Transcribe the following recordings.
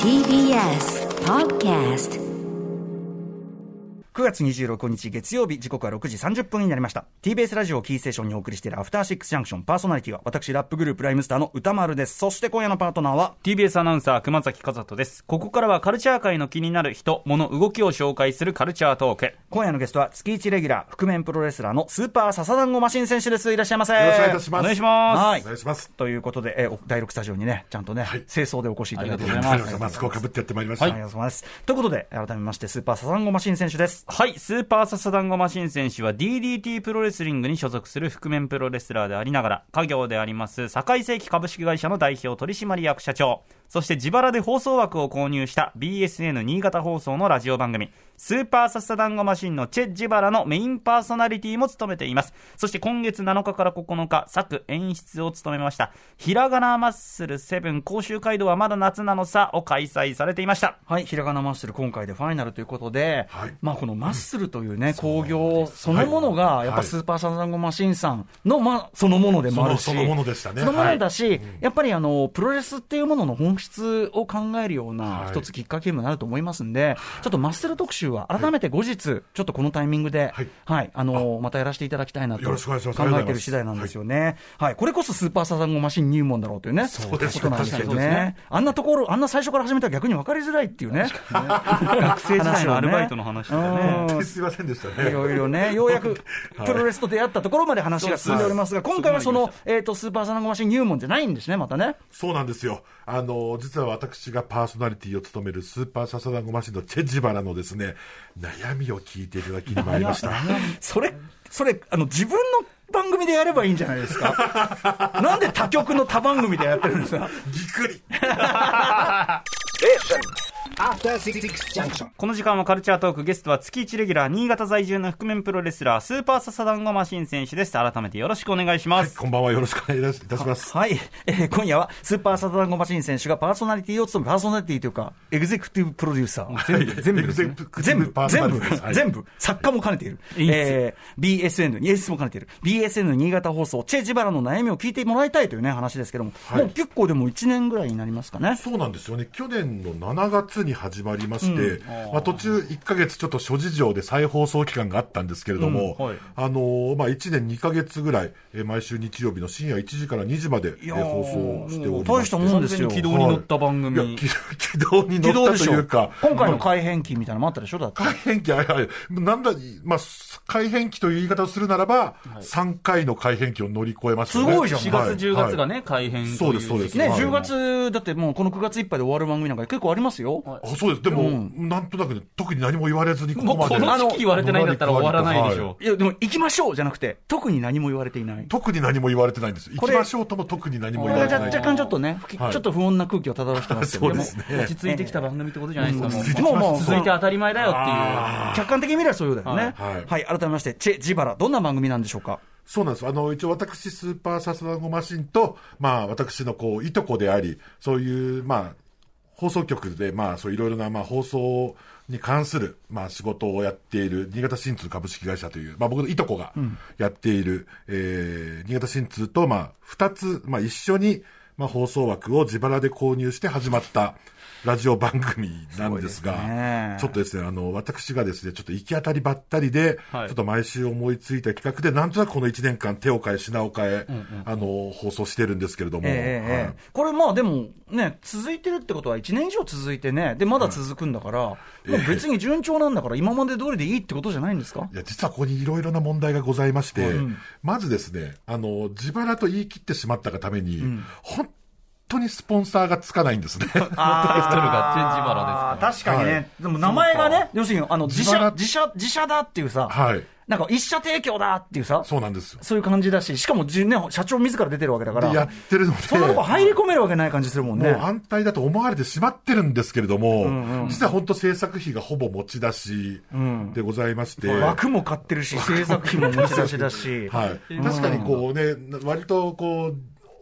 TBS Podcast 9月26日月曜日時刻は6時30分になりました TBS ラジオをキーステーションにお送りしているアフターシックスジャンクションパーソナリティは私ラップグループライムスターの歌丸ですそして今夜のパートナーは TBS アナウンサー熊崎和人ですここからはカルチャー界の気になる人物動きを紹介するカルチャートークよ今夜のゲストは月1レギュラー覆面プロレスラーのスーパーササダンゴマシン選手ですいらっしゃいませよよろしくお願いいたします。お願いしますはいお願いします。ということで、えーお第6スタジオにねちゃんとね、清掃でお越しいただいておりありがとますありうございまがとうございますマスクをかぶってやってまいりました。ありがとうございますということで改めましてスーパーササダンゴマシン選手ですはいスーパーササダンゴマシン選手は DDT プロレスリングに所属する覆面プロレスラーでありながら家業であります堺世紀株式会社の代表取締役社長そして自腹で放送枠を購入した BSN 新潟放送のラジオ番組スーパーササダンゴマシンのチェ・ジバラのメインパーソナリティも務めていますそして今月7日から9日作演出を務めましたひらがなマッスル7甲州街道はまだ夏なのさを開催されていましたはい、ひらがなマッスル、今回でファイナルということで、はいまあ、このマッスルというね、興行そのものが、はいやっぱはいスーパーサザンゴマシンさんの、まあ、そのものでもあるし、そのそのものでしたねそのものだし、やっぱりあのプロレスっていうものの本質を考えるようなは、い一つきっかけにもなると思いますんで、ちょっとマッスル特集は、改めて後日、ちょっとこのタイミングで、ははいい、あのまたやらせていただきたいなとよ考ろしくお願いしますありがとうえごてるざいます次第なんですよね、はいこれこそスーパーサザンゴマシン入門だろうというね、そうですことなんですよ確かにそうですねね。あんなところ、あんな最初から始めたら逆に分かりづらいっていうね、 学生時代のアルバイトの話とかね本当にすいませんでしたいろね。いろね、ようやくプロレスと出会ったところまで話が進んでおりますが、今回はその、えっ、と、スーパーサナゴマシン入門じゃないんですね、またね。そうなんですよ。あの、実は私がパーソナリティを務めるスーパーササダンゴマシンのチェジバラのですね、悩みを聞いていただきに参りました。 それ、それ、あの、自分の番組でやればいいんじゃないです か。なんで他局の他番組でやってるんですか。ぎっくり After Six Junction. この時間はカルチャートークゲストは月1レギュラー新潟在住の覆面プロレスラースーパーササダンゴマシン選手です改めてよろしくお願いします、こんばんはよろしくお願いいたします。はい、えー今夜はスーパーサザンゴマシン選手がパーソナリティを務め、パーソナリティというか、エグゼクティブプロデューサー。全部、全部、全部、全部、全部、全部。部、作家も兼ねている。いいんですよえー、BSN、演出も兼ねている。BSN 新潟放送、チェ・ジバラの悩みを聞いてもらいたいというね、話ですけども、はいもう結構でも1年ぐらいになりますかね。そうなんですよね。去年の7月に始まりまして、まあ途中1ヶ月ちょっと諸事情で再放送期間があったんですけれども、うんはいあのーまあ1年2ヶ月ぐらい、えー毎週日曜日の深夜1時から2時まで、えーやー放送しておりま大ししてたもんですよ。完全に軌道に乗った番組はいいや、軌道軌道に乗ったというか、今回の改変期みたいなのもあったでしょだって。改変期、あいやいやなんだ、まあ、改変期という言い方をするならば、3回の改変期を乗り越えましたね。すごいじゃん4はい月10月がね、はい改編そうですそうですね、はい10月、だってもうこの9月いっぱいで終わる番組なんか結構ありますよ。あそうです。でも、なんとなくね、特に何も言われずにここまで。もうこの時期言われてないんだったら終わらないでしょはいいや、でも行きましょうじゃなくて、特に何も言われていない。特に何も言われてないんです。行これきましょうとも特に何もこ言れわがれて若ない。若干ちょっとね、吹きはいちょっと不穏な空気を漂わしてますけどそうもでうすね落ち着いて きた番組ってことじゃないですか、もうもうもう、続いて当たり前だよっていう客観的に見ればそういうことだよね。ははいい、改めまして、チェ・ジバラ、どんな番組なんでしょうか。そうなんです。あの、一応私、スーパーサスダンゴマシンと、まあ、私のこう、いとこであり、そういう、まあ、放送局で、まあ、そういろいろな、まあ、放送に関する、まあ、仕事をやっている、新潟新通株式会社という、まあ、僕のいとこがやっている、えー、新潟新通と、まあ、二つ、まあ、一緒に、まあ、放送枠を自腹で購入して始まった、ラジオ番組なんですが、すねちょっとですね、あの、私がですね、ちょっと行き当たりばったりで、はいちょっと毎週思いついた企画で、なんとなくこの1年間手を変え品を変え、あの、放送してるんですけれども、ええええはいこれまあでもね、続いてるってことは1年以上続いてね、で、まだ続くんだから、もう別に順調なんだから、今まで通りでいいってことじゃないんですかいや、実はここにいろいろな問題がございまして、まずですね、あの、自腹と言い切ってしまったがために、本当にスポンサーがつかないんで すね。タイトルがチェンジバラですか確かにね、はいでも名前がね、要するにあの自自社腹自社自社だっていうさ、はい。なんか一社提供だっていうさ、そうなんですよ。そういう感じだし、しかも、じね、社長自ら出てるわけだかで、やらっ、てるので、そんなとこ入り込めるわけない感じするもんもうね。安泰だと思われてしまってるんですけれども、実は本当制作費がほぼ持ち出しでございまして、枠も買ってるし、制作費も持ち出しだし、はい、確かにこうね、割とこう、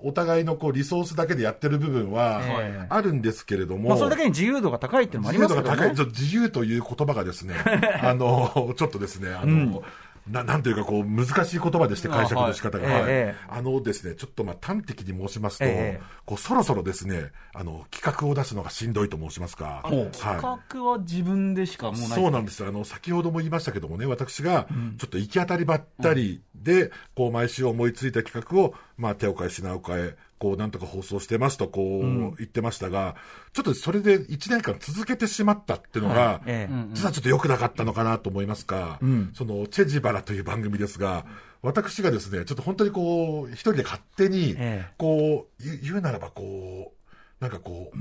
お互いのこうリソースだけでやってる部分はええあるんですけれども、まあ、それだけに自由度が高いっていうのもあり自ま由す度けがどね 高い、ち。ょっと自由という言葉がですね、あの、ちょっとですね、あの、ななんというかこう難しい言葉でして解釈の仕方が、あはいはいえあのですねちょっとまあ端的に申しますと、ええこうそろそろですねあの企画を出すのがしんどいと申しますか、はい、企画は自分でしかもうないそうなんですあの先ほども言いましたけどもね、私がちょっと行き当たりばったりで、こう毎週思いついた企画を、まあ、手を変え、品を変え、こうなんとか放送してますとこう言ってましたが、ちょっとそれで1年間続けてしまったっていうのが、ええ実はちょっと良くなかったのかなと思いますか、そのチェジバラという番組ですが、私がですね、ちょっと本当にこう、一人で勝手にええ、こう、言う言うならばこう、なんかこう、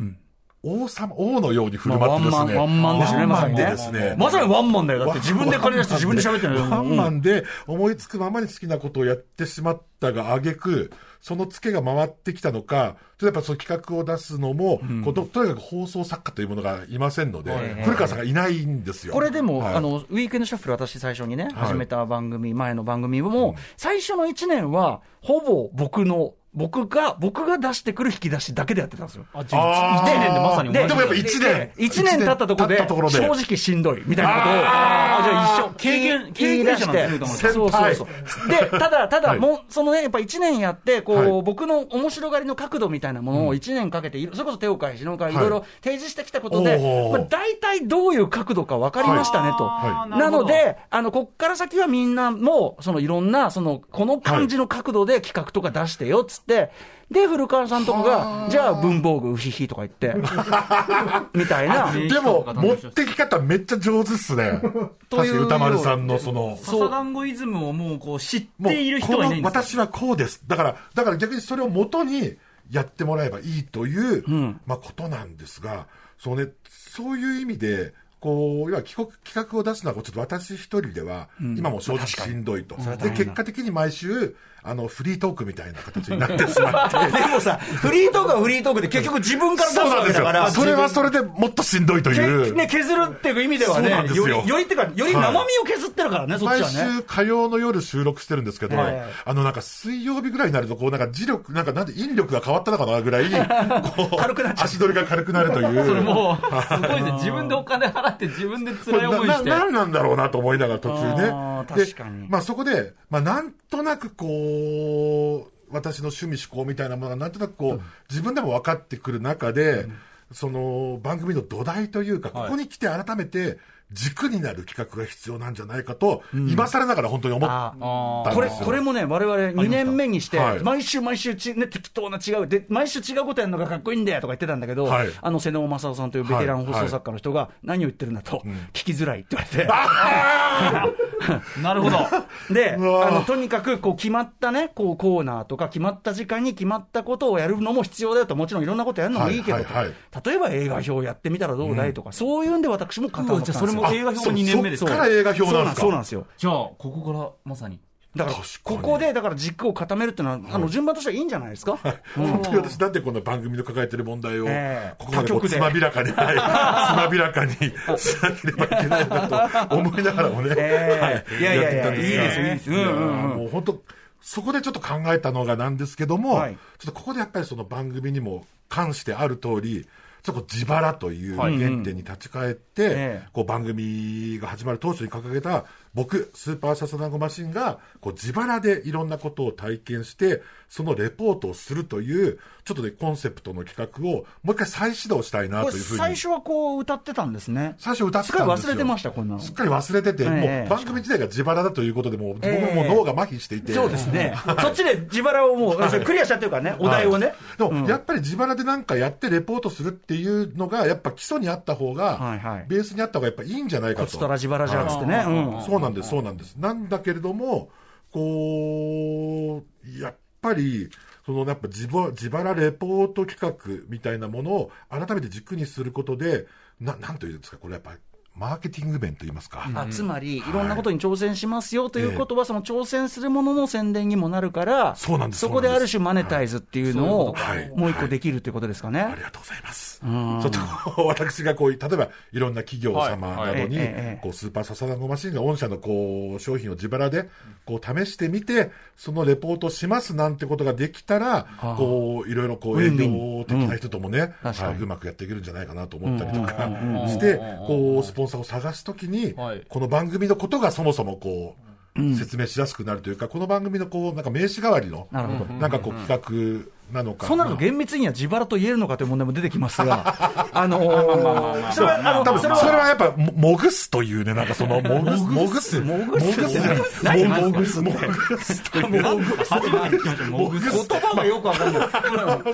王様、王のように振る舞ってですね。まあワンマンワンマンですねまさにねワンマンでですね。まさにワンマンだよ。だって自分で借り出して自分で喋ってるるんだワよンマンで思いつくままに好きなことをやってしまったが挙句そのツケが回ってきたのか、ちょっとやっぱその企画を出すのも、こうととにかく放送作家というものがいませんので、古川さんがいないんですよ。これでも、はいあのウィークエンドシャッフル、私、最初にね、始めた番組、前の番組も、最初の1年は、ほぼ僕の、僕が、僕が出してくる引き出しだけでやってたんですよ。あじゃああー一一年でまさにでもやっぱ一年1年経ったところで、一年経ったところで正直しんどいみたいなことを、あーー経験聞い経験者なんですね出してだそうからそうねそう。で、ただ、たはだ、いもう、そのね、やっぱ1年やって、こう、はい僕の面白がりの角度みたいなものを1年かけて、いろそれこそ手を変え、品を変え、いろいろ提示してきたことで、おーまあ、大体どういう角度か分かりましたねと。はなの、で、あのこっから先はみんなもそのいろんなそのこの感じの角度で企画とか出してよっつって、で古川さんとかが、じゃあ文房具うひひとか言 って、みたいな。でも、持ってき方めっちゃ上手っすね。と確いかうに歌丸さんのその。笹団子イズムをもうこう知っもうている人こはいのないんです私よはこうです。だから、だから逆にそれを元にやってもらえばいいという、まあことなんですが、そうね、そういう意味で、こう、要は企画企画を出すのは、ちょっと私一人では、今も正直しんどいと。で、結果的に毎週、あの、フリートークみたいな形になってしま って。でもさ、フリートークはフリートークで結局自分から出すそうなわんけですだよから。。それはそれでもっとしんどいといけう。ね、削るっていう意味ではねそうなんですよよりよりっていうかより生身を削ってるからね、そっ毎ちはね。週火曜の夜収録してるんですけど、はいあのなんか水曜日ぐらいになると、こうなんか磁力、なんかなんで引力が変わったのかな ぐらい、こう、軽くなっちゃう足取りが軽くなる という。それもうすごいですね自分でお金払って自分で辛い思いなしてななんなんだろうなと思いながら途あ中ーね。で確かにまあそこで、まあなんとなくこう、私の趣味嗜好みたいなものがなんとなくこう、自分でも分かってくる中で、その番組の土台というか、ここに来て改めて軸になる企画が必要なんじゃないかと、今更ながら本当に思ったんあですこよ。れこれもね、われわれ2年目にしてはい、毎週毎週ち、ね、適当な違うで、毎週違うことやるのがかっこいいんだよとか言ってたんだけど、はいあの瀬能正夫さんというベテラン放送作家の人が、何を言ってるんだと、聞きづらいって言われて。あなるほどで、あうわーのとにかくこう決まったね、こうコーナーとか、決まった時間に決まったことをやるのも必要だよと、もちろんいろんなことやるのもいいけどと、はいはいは例えば映画表やってみたらどうだいとか、そういうんで私も肩を持ったんですようわじゃあそれもあ映画表2年目ですそっから映画表なんですかそうなんですよ。じゃあここからまさにだから確かこにこでだから軸を固めるっていうのは、あの順番としてはいいんじゃないですか、本当に私なんでこんな番組の抱えてる問題を、ええここまでこ他局うでつまびらかに、はい、つまびらかにしなければいけないなと思いながらもね、ええいやいやいややってたんですがいいですよいいですよやうんうんうんもう本当、そこでちょっと考えたのがなんですけども、はいちょっとここでやっぱりその番組にも関してある通り、ちょっと自腹という原点に立ち返って、ええこう番組が始まる当初に掲げた僕スーパーササダンゴマシンがこう自腹でいろんなことを体験してそのレポートをするというちょっとねコンセプトの企画をもう一回再始動したいなことれ、いうふうに最初はこう歌ってたんですね、最初歌ってすっかたりんです忘よれてました、こんなの。すっかり忘れてて、ええもう番組自体が自腹だということでもう、ええ僕ももう脳が麻痺していてそうですね、そっちで自腹をもう、クリアしちゃってるからね、お題をね。でも、やっぱり自腹でなんかやってレポートするっていうのがやっぱ基礎にあった方が、はいはいベースにあった方がやっぱいいんじゃないかことちとら自腹じゃんっつってね、うんそうなんです、そうなんです。なんだけれども、こう、やっぱり、そのやっぱ自分自腹レポート企画みたいなものを改めて軸にすることで、ななんというんですか、これやっぱマーケティング面といいますか。あつまり、いろんなことに挑戦しますよということは、その挑戦するものの宣伝にもなるから、そうなんですそこである種、マネタイズっていうのをはいそういうことかもう一個できるということですかあねり。がとうございます。ちょっとこう私がこう例えばいろんな企業様などにはいはいええええこうスーパーササダンゴマシンが御社のこう商品を自腹でこう試してみてそのレポートしますなんてことができたらこういろいろこう営業的な人ともね確かにはいうまくやっていけるんじゃないかなと思ったりとかしてこうスポンサーを探すときにはいこの番組のことがそもそもこう説明しやすくなるというか、この番組のこう、なんか名刺代わりの、なるほど。なんかこう企画なのか。そうなるとまあ厳密には自腹と言えるのかという問題も出てきます が、あのー、それは、あの、多分そそれれは、はやっぱ、ももぐすというね、なんかその、もぐす、もぐす、もぐすじゃない、ももぐす、もぐ すという。初めて聞きましたモグス言葉がよくわかんない。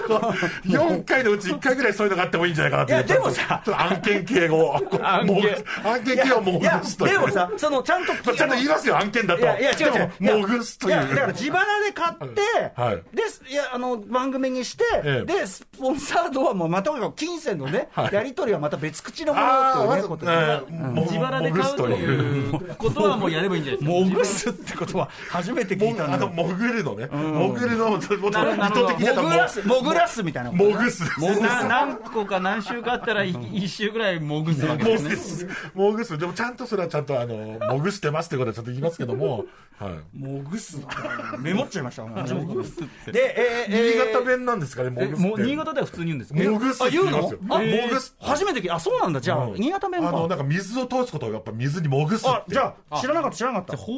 4回のうち1回ぐらいそういうのがあってもいいんじゃないかなっていう。いやでもさちょっと案件系を、案件もぐ案件系をもいぐや、すという。でもさ、その、ちゃんとまあ、ちゃんと言いますよ、案件だと。いや、いや、違う違う。でも、もぐすといやだからう。自腹で買って、はいで、いや、あの、番組にして、ええで、スポンサードはもう、またとにかく金銭のね、はいやり取りはまた別口のもああ、のってまいうね、ず、ことえーも自腹でもぐ買すうとという。いうことはもうやればいいんじゃないですか。もぐすってことは初めて聞いたんあだの、よ。もぐるのね。もぐるの、もっと意図なるほどなるほど的だともぐらす、もぐらすみたいなこともぐす。もぐな何個か何週かあったらい一週ぐらいもぐすわけですね。す。もぐす。でも、ちゃんとそれはちゃんと、あの、もぐしてますってことはちゃんと言いますけども、はい。もぐすメモっちゃいましたもうで、えーえ新ー潟弁なんですかね、もぐす。もう新潟では普通に言うんですかもぐすって言いますよ。あもぐす。初めて聞いたあそうなんだじゃあうん新潟弁あの、かなんか水を通すことをやっぱ水にもぐすって。あじゃあ知らなかった知らなかっ方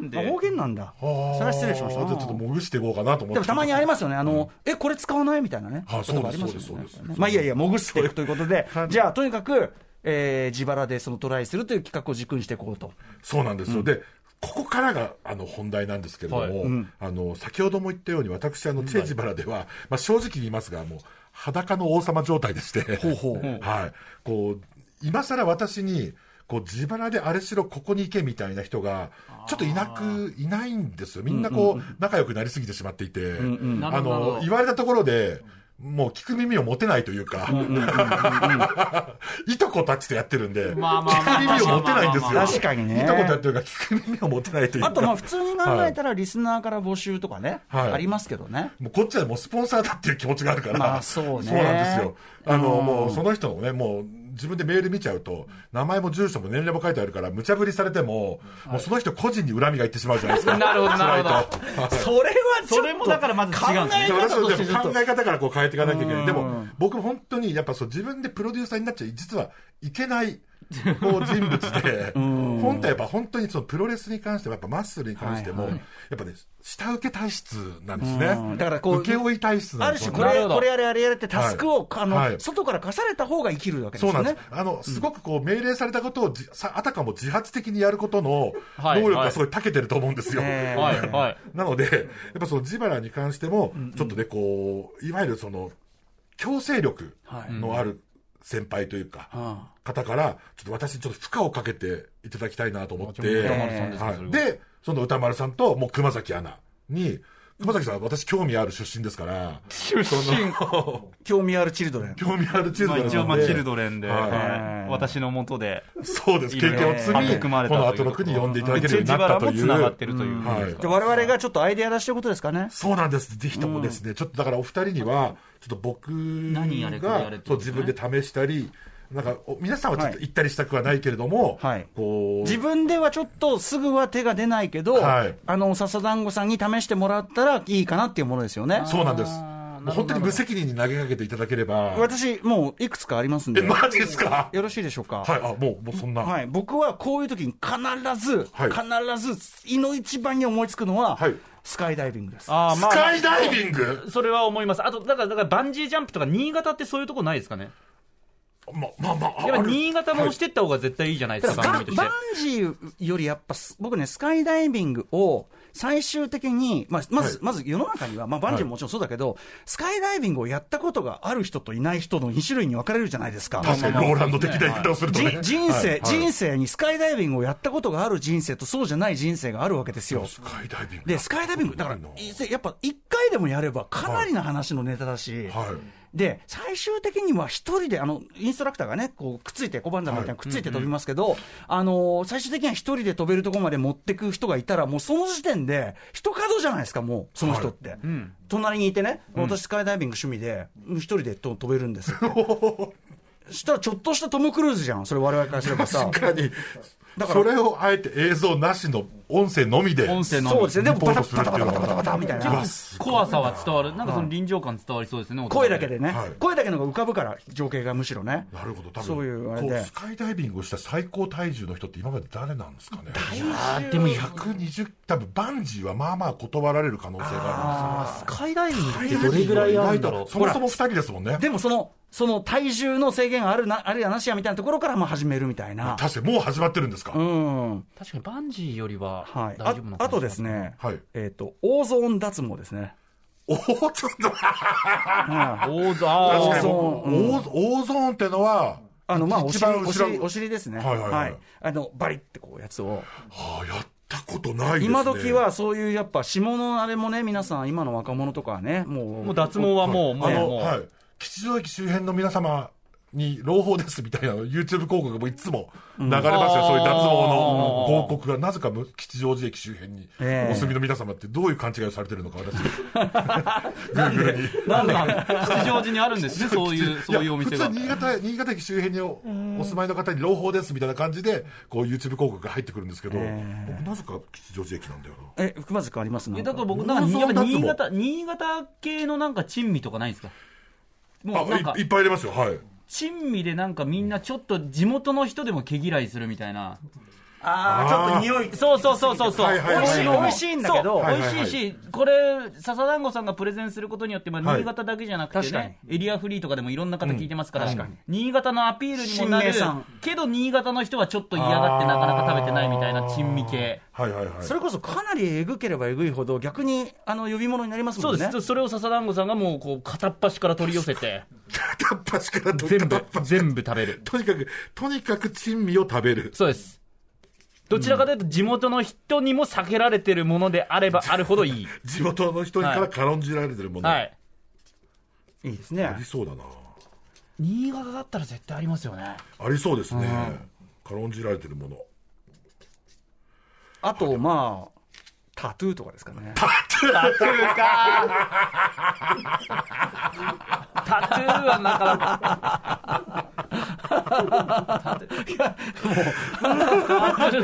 言たあで方言なんだあー、それは失礼しましたじゃあちょっともぐしていこうかなと思って。でもたまにありますよね、あの、え、これ使わないみたいなね、あこそとうですがありますよねそうですそやうですっぱりねまあいいやいや、もぐしていくということ で、じゃあとにかく、えー自腹でそのトライするという企画を軸にしていこうと。そうなんですよ。で、ここからがあの本題なんですけれども、はいあの先ほども言ったように、私、あのチェジバラでは、まあ、正直に言いますが、もう裸の王様状態でして、はい、こう今更私に、こう自腹であれしろ、ここに行けみたいな人が、ちょっといなく、いないんですよ。みんなこう、仲良くなりすぎてしまっていて、なあるほどなるほのど、言われたところで、もう聞く耳を持てないというか、いとこたちとやってるんで、まあまあまあ聞く耳を持てないんですまあまよ。あまあ確かにねいとこたちというか、聞く耳を持てないというか。あと、まあ普通に考えたら、リスナーから募集とかね、はいありますけどね。もうこっちはもうスポンサーだっていう気持ちがあるから、まあそうねなんですよ。あの、うんもうその人のね、もう自分でメール見ちゃうと、名前も住所も年齢も書いてあるから、無茶ぶりされても、もうその人個人に恨みがいってしまうじゃないですか。 なるほどなるほど辛いと それはちょそれもだからまず違うんですでね。私はでちょっとも考え方からこう変えていかなきゃいけなうい。んでも、僕も本当に、やっぱそう、自分でプロデューサーになっちゃい、実はいけない、こう、人物 で、本体やっぱ本当にそのプロレスに関しても、やっぱマッスルに関しても、やっぱね、下請け体質なんですうんね。だからこう請負い体質あなんるです種よこなるれ、ほどこれやれあれやれってタスクを、はいあの、はい外から課された方が生きるわけですそうなよんでねす。。あの、すごくこう、命令されたことをじ、さあたかも自発的にやることの、はい能力がすごい長けてると思うんですよ。ねえはいはい。なので、やっぱその自腹に関しても、ちょっとね、こう、いわゆるその、強制力のある先輩というか、方から、ちょっと私にちょっと負荷をかけていただきたいなと思って、歌も丸さんですはかいそれはで、その歌丸さんと、もう熊崎アナに、熊崎さんは私興味ある出身ですから、出身興味あるチルドレン。興味あるチルまドあレンなん一で応まあチルドレンで、はいはい私のもとでそうです、い経ろいろ験を積み、育まれこたのとい後うのこと国に呼んでいただけるようでになったとチェいジバラも繋がうっ。てるという、はいじゃあ我々がちょっとアイデア出してることですかね。そうなんです。ぜひともですね、ちょっとだからお二人には、ちょっと僕何やれこれやれがっ、てこそとねう自分で試したり、なんかお皆さんはちょっと行ったりしたくはないけれども、はいこう、自分ではちょっとすぐは手が出ないけど、はいあの笹団子さんに試してもらったらいいかなっていうものですよね。そうなんです。あーもう本当に無責任に投げかけていただければ、私、もういくつかありますんえ、で、マジですかよろしいでしょうか。はい、あ、もう、もうそんな。はい、僕はこういう時に必ず、はい必ず、いの一番に思いつくのは、はいスカイダイビングです。あースまあカイダイビングそれは思います。あと、だから、だからバンジージャンプとか、新潟ってそういうとこないですかね。ま、まあまあ、やっぱある新潟も押してった方が絶対いいじゃないですか、バ番ン組とバしンて。ジーよりやっぱす僕ね、スカイダイビングを最終的に、まあ、まず、はいまず世の中には、まあ、バンジーももちろんそうだけど、スカイダイビングをやったことがある人といない人の2種類に分かれるじゃないですか。確かにローランド的な言い方をするとじね。人生、はいはい人生にスカイダイビングをやったことがある人生とそうじゃない人生があるわけですよ。スカイダイビング。で、スカイダイビング、だから、はいやっぱ一回でもやればかなりな話のネタだし、はいで、最終的には一人で、あの、インストラクターがね、こう、くっついて、小判山みたいなのくっついて飛びますけど、あのー最終的には一人で飛べるところまで持ってく人がいたら、もうその時点で、一角じゃないですか、もう、その人って。隣にいてね、私スカイダイビング趣味で、一人でと飛べるんですって。したらちょっとしたトム・クルーズじゃん、それ我々からすればさ。確かに、だからそれをあえて映像なしの音声のみで。音声のそうですね、でもリポパータトするパってタパいうタパのがタパタパタみたいうんなうわ。すごい怖さは伝わるなんかその臨場感伝わりそうですね声だけでねはい、声だけのが浮かぶから、情景がむしろね。なるほど、多分そういうあれこでうスカイダイビングをした最高体重の人って今まで誰なんですかね。あーでもいや120、多分バンジーはまあまあ断られる可能性があるんですよ。スカイダイビングってどどれぐらいあるんだろうそもそも2人ですもんね。でもその、その体重の制限があるな、あるやなしやみたいなところからも始めるみたいな。確かにもう始まってるんですか。うん。はい。確かにバンジーよりは大あ丈夫なあとですね、はいえっ、と、オーゾーン脱毛ですね。おお、ちょっと、はい大津確ーかあにもう、オーオーゾーンってのは、あの、まあ、お一尻、番お後ろ尻、お尻ですね。はいはいはいあの、バリってこう、やつを。ああ、やったことないですね。今時はそういうやっぱ下のあれもね皆さん今の若者とかはねもうーもう脱毛はもうもあうの、もうはい。吉祥駅周辺の皆様に朗報ですみたいな YouTube 広告がもういつも流れますよ、うんそういう脱毛のあー広告が、なぜかむ吉祥寺駅周辺に、ええお住みの皆様ってどういう勘違いをされてるのか、 私、Google に。なんだ吉祥寺にあるんですねそういうそういうお店やが普通新潟、新潟駅周辺におお住まいの方に朗報ですみたいな感じで、こう YouTube 広告が入ってくるんですけど、僕なぜか吉祥寺駅なんだよな。え福松君ありますなえんかだから僕なんか妄想やっ脱ぱ毛新潟新潟系のなんか珍味とかないんですかもうなんあかい、いっぱい入れますよ、はい。珍味でなんかみんなちょっと地元の人でも毛嫌いするみたいなあーあー匂いそうそうそうそうそう、はいはいはい美味しいはい美味しいんだけど、はいはいはい美味しいしこれ笹団子さんがプレゼンすることによって、まあ、はい新潟だけじゃなくてね、確かエリアフリーとかでもいろんな方聞いてますから、新潟のアピールにもなる新名産けど新潟の人はちょっと嫌がってなかなか食べてないみたいな珍味系はいはいはい。それこそかなりえぐければえぐいほど逆にあの呼び物になりますそもうんでねす、それを笹団子さんがもうこう片っ端から取り寄せて片っ端からどっ全片っ部端全部食べるとにかく、とにかく珍味を食べる。そうですどちらかというと地元の人にも避けられてるものであればあるほどいい地元の人にから軽んじられてるもの。はいいいですあねりそうだな。新潟だったら絶対ありますよねありそうですね。軽んじられてるもの。あとまあタトゥーとかですかねタトゥーは なかなか マジっ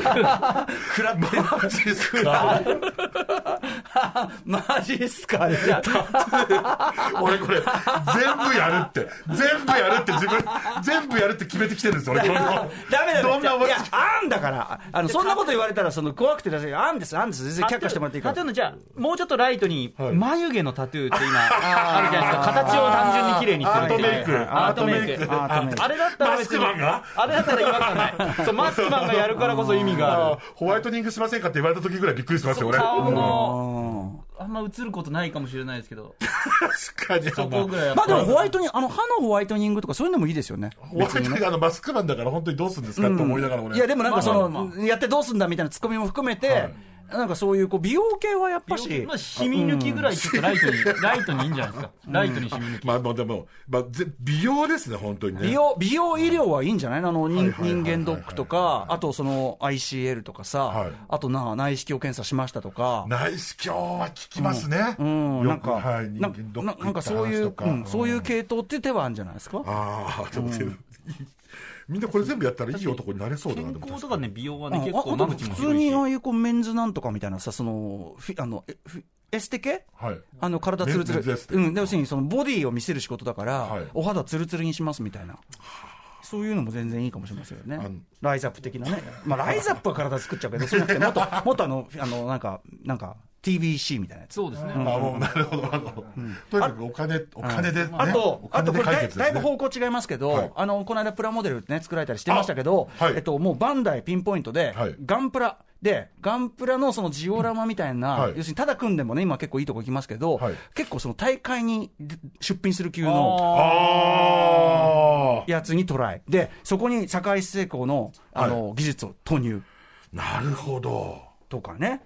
すかマジっすかね俺これ、全部やるって。全部やるって自分、全部やるって決めてきてるんですよ、俺。このダメだよどんな思いいやあんだからあのそんなこと言われたらその怖くてだしあんですあんです全然却下してもらっていいかタトらゥーのじゃあもうちょっとライトに、はい眉毛のタトゥーって今あるじゃないですか形を単純に綺麗にするアートってメいイク。うアートメイクアートメイクあれだったらマスクマンがあれだったら違和感ないそうマスクマンがやるからこそ意味があ あるホワイトニングしませんかって言われた時ぐらいびっくりしますよ、俺。顔うのんあんま映ることないかもしれないですけど確かに。そこぐらいはまあでもホワイトニングあの歯のホワイトニングとかそういうのもいいですよねホワイトニング、あの、マスクマンだから本当にどうするんですかって思いながら俺。いやでもなんかその、まあまあやってどうすんだみたいなツッコミも含めて、はいなんかそういうこう美容系はやっぱし、まあ、染み抜きぐらいちょっとライトに、ライトにいいんじゃないですか。ライトに染み抜き。まあ、まあでも、まあ、ぜ美容ですね、本当にね。美容美容医療はいいんじゃないあの人はいはいはい人間ドックとか、あとその ICL とかさ、はいあとな内視鏡検査しましたとか、内視鏡は効きますね。うん、よなんくか、はい、人な間ドッななク行んったか話そういうと、か。うんそういう系統っていう手はあるんじゃないですか。ああ、でも、みんなこれ全部やったらいい男になれそうだな、で健も確康とかかに。ね、美容はうね、ん結あ構あと間口も普通広いにしあ。あいうこうメンズなんとかみたいなさ、そのフィあのえフィエステ系はい。あの体ツルツル、メンズエステうん、で要するにそのボディを見せる仕事だから、はいお肌ツルツルにしますみたいな、そういうのも全然いいかもしれませんよあねの、ライザップ的なね、まあ、ライザップは体作っちゃうけど、そうじゃなくて、もっと、もっとあのあのなんか、なんか TBC みたいなやつ。そうですね。あもうなるほど、あの、とにかくお金、お金でね、あと、おあ金とでこれだ解い、決でだいすぶね。方向違いますけど、はいあのこの間、プラモデル、ね、作られたりしてましたけど、あはいえっと、もうバンダイ、ピンポイントで、はいガンプラ。でガンプラのそのジオラマみたいな、うんはい要するにただ組んでもね、今、結構いいとこ行きますけど、はい結構、その大会に出出品する級のああやつにトライ。で、そこに堺市成工の、あの、技術を投入なるほど。とかね。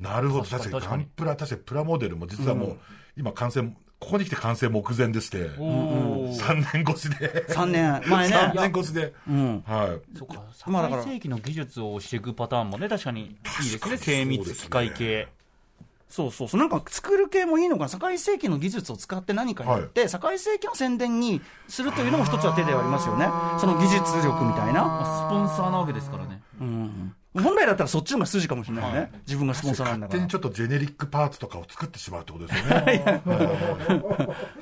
なるほど。確かに、ガンプラ、確かにプラモデルも実はもう、今完成、ここに来て完成目前でして、3年越しで。 3年前ね。 3年越しで。はい。そっか、まあだから最盛期の技術をしていくパターンもね、確かにいいですね、精密機械系。そうそうそうなんか作る系もいいのかな堺世紀の技術を使って何かやって、堺世紀の宣伝にするというのも一つは手ではありますよねその技術力みたいな、スポンサーなわけですからね。うん、本来だったらそっちの方が筋かもしれないよね、自分がスポンサーなんだ勝か手らにちょっとジェネリックパーツとかを作ってしまうってことです よね。うん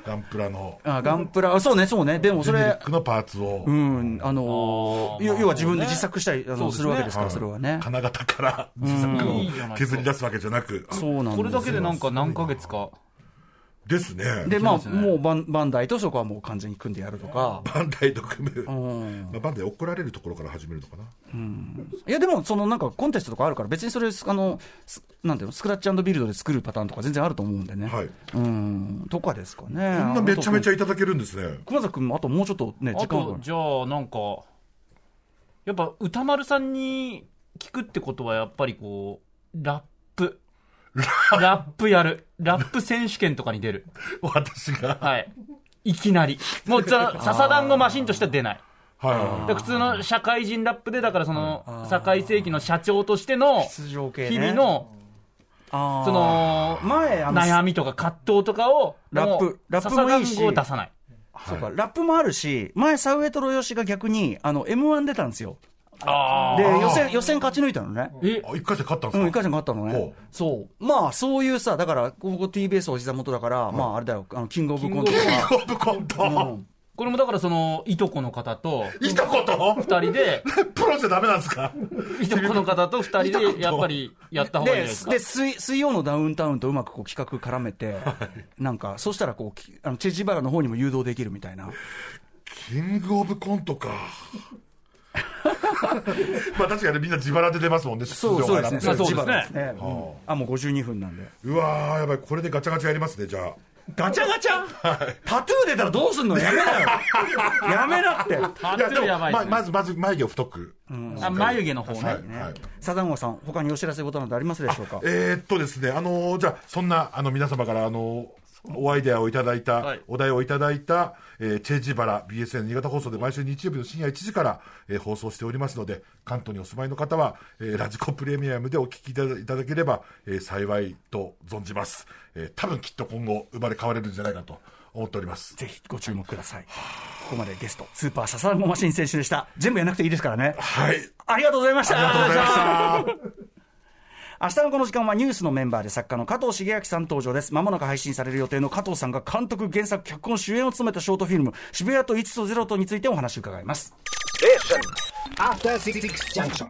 ガンプラの、あガンプラあそうねそうねでもジそェネリれックのパーツを、うんあのーあー要まあ要は自分で自作したりあそうのですねするわけですからはいそれはね金型から自作うんいいじゃないでをす削かり出すわけじゃなく。あそうなんですこれだけでなんか何ヶ月か。ですね。でまあねもうバンバンダイとそこはもう完全に組んでやるとかバンダイと組む。うんまあバンダイ怒られるところから始めるのかな。いやでもそのなんかコンテストとかあるから別にそれあのすなんていうのスクラッチビルドで作るパターンとか全然あると思うんでね、はい。うんとかですかねこんなめちゃめちゃゃいただけるんですね。熊崎君もあともうちょっとね時あ間あとる、じゃあ、なんか、やっぱ歌丸さんに聞くってことは、やっぱりこう、ラップ。ラップやる。ラップ選手権とかに出る。私が。はい。いきなり。もう、じゃあ笹団子マシンとしては出ない。はで普通の社会人ラップで、だからその、堺世紀の社長としての、出場系、ね、日々の、あーその、前あの悩みとか葛藤とかを、ラップもうラップもいいし笹団子を出さない。そうかラップもあるし前サウエトロヨシが逆にあの m 1出たんですよあで予選予選勝ち抜いたのねえい。あ、一回戦勝ったんですうかん、一回戦があったのほねう。そう。まあ、そういうさ、だから、ここ TBS お膝元だから、まあ、あれだよ、あの、キングオブコントとか。 コンプコント。これもだからその、いとこの方と、いとこと二人 で、 プロじゃダメなんですかいとこの方と二人で、やっぱりやった方がいいんで、じゃないですすか。で水水曜のダウンタウンとうまくこう企画絡めて、なんか、そしたらこうき、あのチェジバラの方にも誘導できるみたいな。キングオブコントか。 まあ確かにみんな自腹で出ますもんね、出場そうがですね。まあそうで自すね腹ねうんあ、もう52分なんで。うわー、やばい、これでガチャガチャやりますね、じゃあ。ガチャガチャタトゥー出たらどうすんのやめなよ。 やめなって。あいや、でも、やばいでますね。まず、まず眉毛を太く。あ眉毛の方ね。はい、はい。サザンゴさん、他にお知らせ事などありますでしょうかえー、っとですね、あのーじゃあ、そんな、あの、皆様から、あのーおアイデアをいただいた、はいお題をいただいた、えーチェジバラ BSN 新潟放送で毎週日曜日の深夜1時から、えー放送しておりますので、関東にお住まいの方は、えーラジコプレミアムでお聞きいただいただければ、えー幸いと存じます。えー多分きっと今後、生まれ変われるんじゃないかと思っております。ぜひご注目ください。ここまでゲスト、スーパーササランゴマシン選手でした。全部やらなくていいですからね。はい。ありがとうございました。ありがとうございました。明日のこの時間はニュースのメンバーで作家の加藤茂明さん登場です。まもなく配信される予定の加藤さんが監督、原作、脚本、主演を務めたショートフィルム、渋谷と1と0とについてお話を伺います。 After Six Junction.